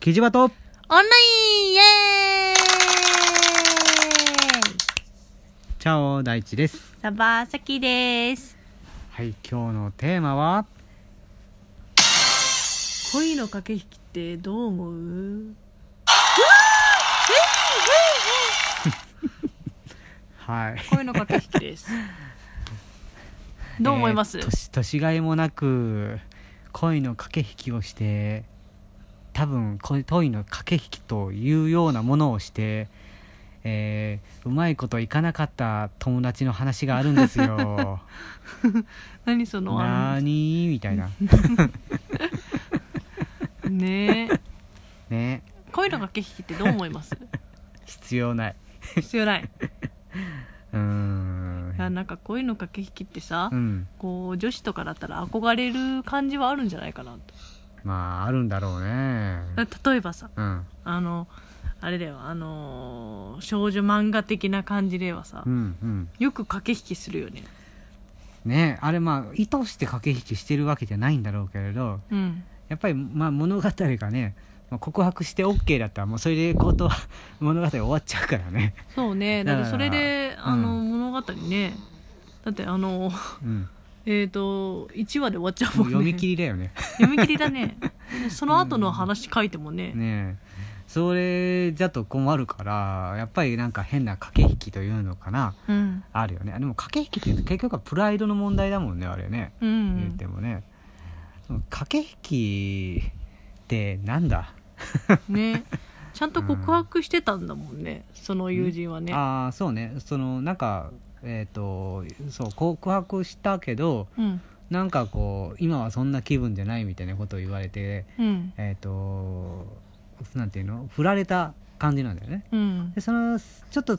キジバトオンラインイエーチャオ大地ですイサバーサキですはい今日のテーマは恋の駆け引きってどう思うはい恋の駆け引き ですどう思います、えー年年がいもなく恋の駆け引きをして多分恋恋の駆け引きというようなものをして、えーうまいこといかなかった友達の話があるんです よ何そのなあーにーみた いなのねえね恋の駆け引きってどう思います必要ない必要ないうーんいや なんか恋の駆け引きってさ、うんこう女子とかだったら憧れる感じはあるんじゃないかなとまああるんだろうねだ例えばさうんあのあれだよあのー少女漫画的な感じではさ、うんうんよく駆け引きするよねねあれまあ意図して駆け引きしてるわけじゃないんだろうけれどうんやっぱり、まあ、物語がね、まあ、告白して OK だったらもうそれでことは物語終わっちゃうから ね、そうねだってそれでだからあの、う物語ねだってあの うん、えっ、と1話で終わっちゃうももうん読ねみ切りりだよね読み切りだ ねその後の話書いてもね,、ねえそれだと困るからやっぱりなんか変な駆け引きというのかなうんあるよねでも駆け引きって言うと結局はプライドの問題だもんねあれね、うん言ってもねその駆け引きってなんだ、ねちゃんと告白してたんだもんね、その友人はねああそうねそのなんかえっ、とそう告白したけどうんなんかこう今はそんな気分じゃないみたいなことを言われてうんえっ、となんていうの振られた感じなんだよねうんでそのちょっと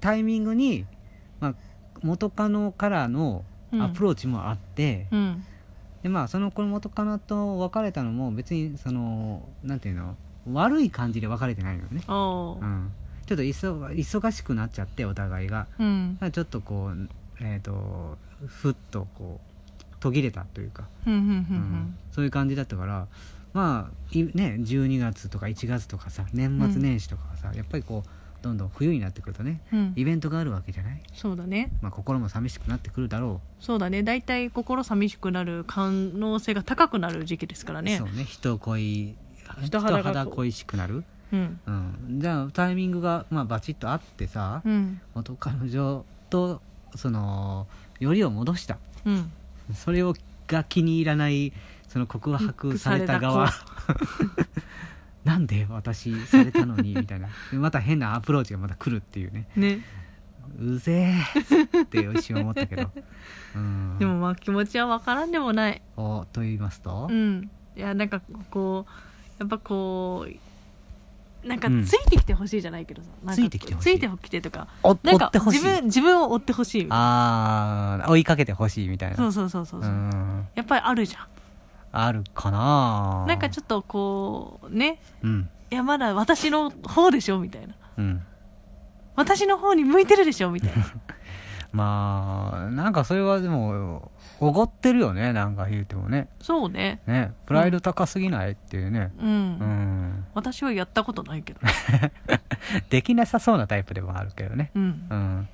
タイミングに、まあ、元カノからのアプローチもあって、うんでまあその子の元カノと別れたのも別にそのなんていうの悪い感じで別れてないのよね、あうあん、ちょっと忙忙しくなっちゃってお互いがうんまあちょっとこうえっ、とふっとこう途切れたというかうんうんううんんそういう感じだったからまあいね12月とか1月とかさ年末年始とかはさ、やっぱりこうどんどん冬になってくるとねうんうんイベントがあるわけじゃない、そうだねまあ、心も寂しくなってくるだろそうだね大体心寂しくなる可能性が高くなる時期ですからう、ねそうね人恋人肌が恋しくなる、うんうん、じゃあタイミングが、まあ、バチッとあってさ、うん元彼女とそのよりを戻したうんそれをが気に入らないその告白された側 なんで私されたのにみたいなでまた変なアプローチがまた来るっていうねねうぜえって一瞬思った けどうんでもまあ気持ちは分からんでもないおと言いますと、うんいやなんかこうやっぱこうなんかうんついてきてほしいじゃないけどさ、なんかついてきてほしいついてきてとかおなん追かってほしい自分自分を追ってほしいみたいああ追いかけてほしいみたいななそうそうそうそうそううんやっぱりあるじゃんあるかななんかちょっとこうねうんいやまだ私の方でしょみたいなうん私の方に向いてるでしょみた いなまあなんかそれはでもおごってるよねなんか言うてもねそうねねプライド高すぎないっていうねうん、うん私はやったことない けどできなさそうなタイプでもあるけどね。うんうん。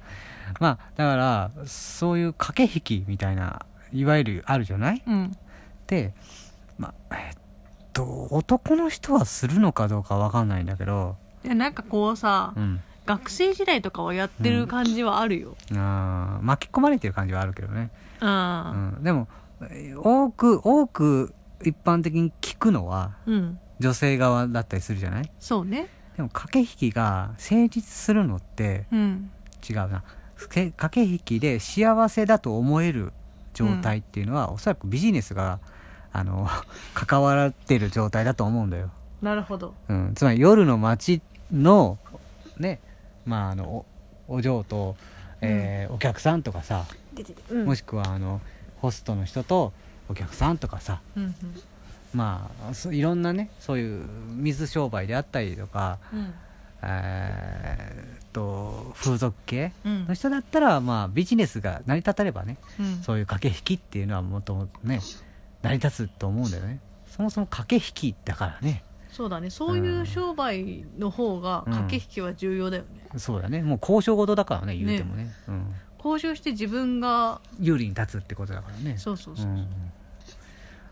まあ、だから、そういう駆け引きみたいな、いわゆるあるじゃないうんで、まあ、えっと、男の人はするのかどうかわかんないんだけど、でなんかこうさ、うん。学生時代とかはやってる感じはあるよ、あー巻き込まれてる感じはあるけどね。うあん。でも、えー多く、多く一般的に聞くのはあうん女性側だったりするじゃないそうねでも駆け引きが成立するのって、うん違うなけ駆け引きで幸せだと思える状態っていうのは、おそらくビジネスがあの 関わってる状態だと思うんだよ、なるほどうん、つまり夜の街のねまああのおお嬢と、えーお客さんとかさ、うんもしくはあのホストの人とお客さんとかさうんまあそいろんなねそういう水商売であったりとかうんえーっと風俗系うんの人だったら、まあ、ビジネスが成り立たればねうんそういう駆け引きっていうのはもっともっとね成り立つと思うんだよねそもそも駆け引きだからねそうだねそういう商売の方がうん駆け引きは重要だよね、そうだねもう交渉事だからね言うてもねうん、交渉して自分が有利に立つってことだからねそうそうそう、うん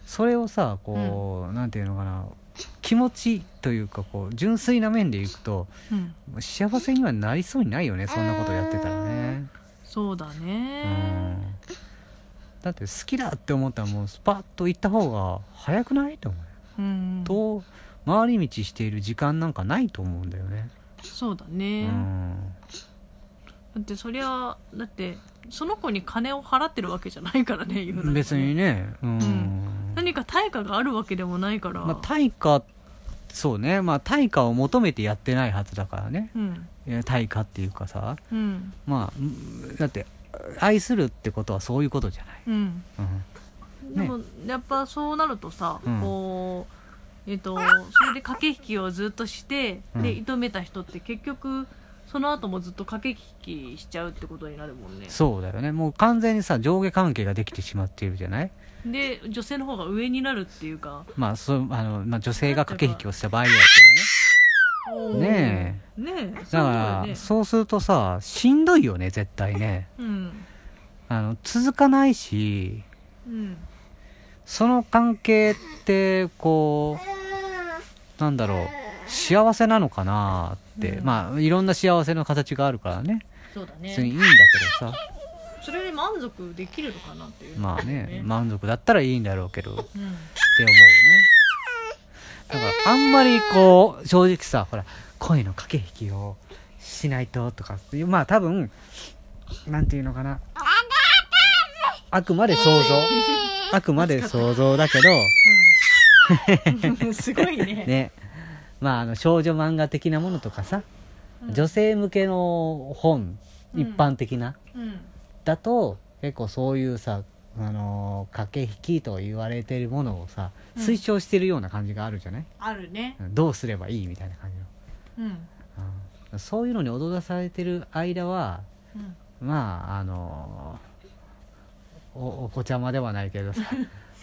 それをさこう、なんていうのかな気持ちというかこう純粋な面でいくとうん幸せにはなりそうにないよねそんなことやってたらね、そうだうね、ん、だって好きだって思ったらもうスパッと行った方が早くないと思うようん、と回り道している時間なんかないと思うんだよね、そうだうね、ん、だってそりゃだってその子に金を払ってるわけじゃないからね言うなればね別にねうん、ん何か対価があるわけでもないから、まあ、対価そうねまあ対価を求めてやってないはずだからねうんえー対価っていうかさうんまあうんだって愛するってことはそういうことじゃない、うんうんでも、やっぱそうなるとさ、うんこうえっ、とそれで駆け引きをずっとして、うんで射止めた人って結局その後もずっと駆け引きしちゃうってことになるもんねそうだよねもう完全にさ上下関係ができてしまっているじゃないで女性の方が上になるっていうかまあそうあの、まあ、女性が駆け引きをした場合だけどねねええねえだからそういうことよねそうするとさしんどいよね絶対ね うんあの続かないしうんその関係ってこうなんだろう幸せなのかなって、うんまあいろんな幸せの形があるからねそうだ別にいいねんだけどさそれで満足できるのかなっていうまあね満足だったらいいんだろうけどって思ううんねだからあんまりこう正直さほら恋の駆け引きをしないととかっていうまあ多分なんていうのかなあくまで想像あくまで想像だけど うんすごいねねまあ、あの少女漫画的なものとかさ、うん女性向けの本うん一般的な、うんだと結構そういうさ、あのー駆け引きと言われてるものをさうん推奨してるような感じがあるじゃない、あるねうんどうすればいいみたいな感じの、うんうんそういうのに踊らされてる間はうんまああのーおお子ちゃまではないけ どさ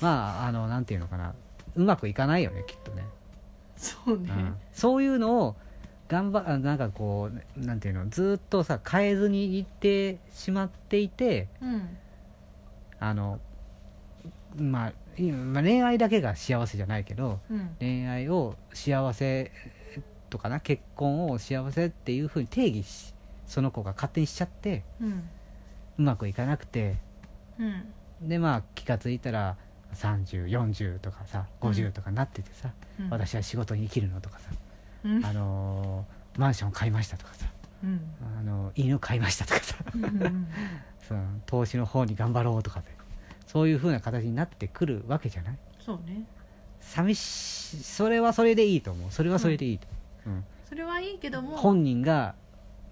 まああのなんていうのかなうまくいかないよねきっとね。そうねうんそういうのを頑張あなんかこうなんていうのずっとさ変えずにいってしまっていてうんあの、まあ、いまあ恋愛だけが幸せじゃないけどうん恋愛を幸せとかな結婚を幸せっていうふうに定義しその子が勝手にしちゃってうんうまくいかなくてうんでまあ気が付いたら3040とかさ50とかなっててさ、うん私は仕事に生きるのとかさ、うんあのーマンション買いましたとかさうんあの犬飼いましたとかさ うんその投資の方に頑張ろうとかでそういう風な形になってくるわけじゃないそうね寂しいそれはそれでいいと思うそれはそれでいいと思う、うんそれはいいけども本人が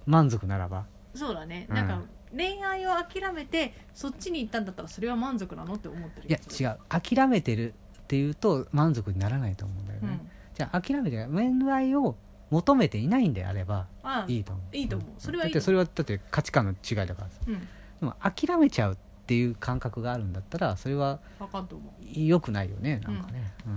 満足ならばそうだねうんなんか恋愛を諦めてそっちに行ったんだったらそれは満足なのって思ってるいや違う諦めてるっていうと満足にならないと思うんだようね、んじゃあ諦めてない恋愛を求めていないんであればあいいと思う、いいと思うそれはいいだってそれはだって価値観の違いだからさうんでも諦めちゃうっていう感覚があるんだったらそれはあかんと思良くないよねなんかね、うん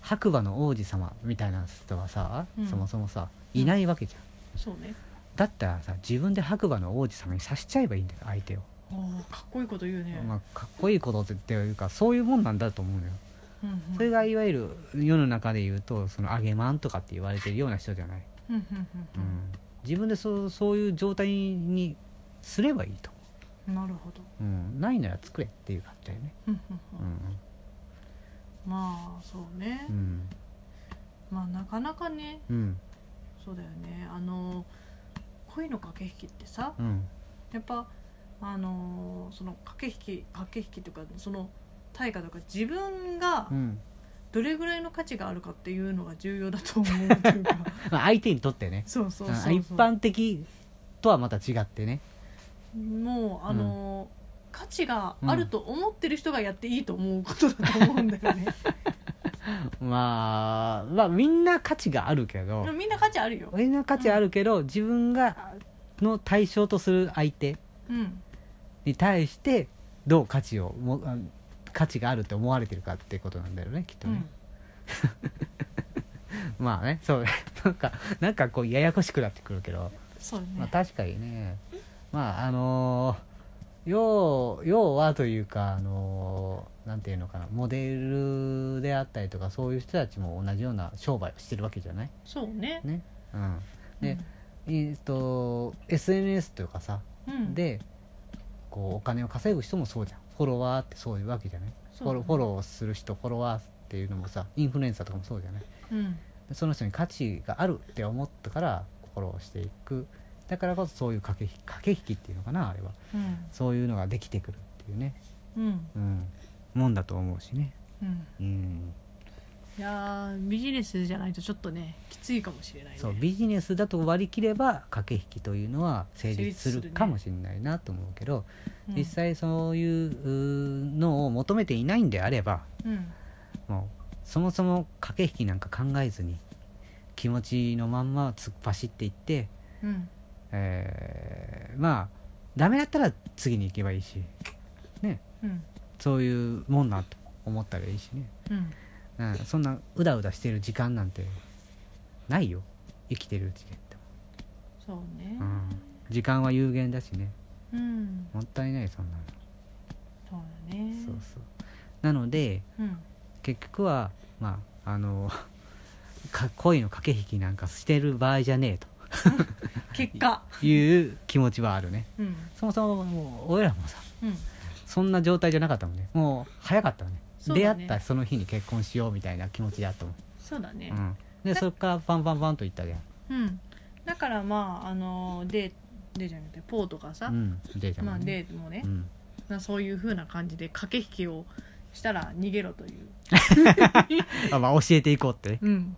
白馬の王子様みたいな人はさ、うんそもそもさうんいないわけじゃん、うそうねだったらさ自分で白馬の王子様にさせちゃえばいいんだよ相手を、あーかっこいいこと言うねまあ、かっこいいことっていうかそういうもんなんだと思うのようんうんそれがいわゆる世の中で言うとその揚げまんとかって言われてるような人じゃない、うんうんううんん自分でそうそういう状態にすればいいとうんなるほど思う、うん、ないなら作れっていう感じだよね、うんうんううんんまあそうね、うんまあなかなかねうんそうだよねあの恋の駆け引きってさうんやっぱあのその駆け引き駆け引きとかその対価とか自分がうんどれぐらいの価値があるかっていうのが重要だと思うとい うかまあ、相手にとってねそうそうそうそう一般的とはまた違ってねもうあの、価値があると思ってる人がやっていいと思うことだと思うんだよね、まあまあみんな価値があるけどでもみんな価値あるよ、みんな価値あるけど、自分がの対象とする相手うん、に対してどう価値をもあ価値があるって思われてるかってことなんだよねきっとうねん、まあね そうなんかなんかこうややこしくなってくるけど、そうよね、まあ、確かにねまああのー要要はというかあのーなんていうのかなモデルであったりとかそういう人たちも同じような商売をしてるわけじゃないそうねね、うん、うでん、えっと SNS というかさ、うん、でこうお金を稼ぐ人もそうじゃんフォロワーってそういうわけじゃない、フそうォだロねフォローする人フォロワーっていうのもさインフルエンサーとかもそうじゃないうんでその人に価値があるって思ったからフォローしていくだからこそそういう駆け引き駆け引きっていうのかなあれはうんそういうのができてくるっていうね、うんうん、もんだと思うしねうんうんいやービジネスじゃないとちょっとねきついかもしれないねそうビジネスだと割り切れば駆け引きというのは成立す成立するるねかもしれないなと思うけど、うん実際そういううのを求めていないんであればうんもうそもそも駆け引きなんか考えずに気持ちのまんま突っ走っていって、うんえーまあダメだったら次に行けばいいしうんそういうもんなと思ったらいいしね、ううんん、そんなうだうだしてる時間なんてないよ生きてるうちでって、そうねうん、時間は有限だしねうんもったいないそんなの、そうだねそうそうなのでうん結局はまああの か恋の駆け引きなんかしてる場合じゃねえ結果という気持ちはあるねうんそもそももう俺らもさうんそんな状態じゃなかったもんねもう早かったもんねそう出だね会ったその日に結婚しようみたいな気持ちだったもん、そうだねうん、でそっからパンパンパンといったじゃんうんだからまああのデーデーじゃなくてポーとかさうんデータまもあんね、デーもねうん、なそういう風な感じで駆け引きをしたら逃げろというあまあ教えていこうってねうん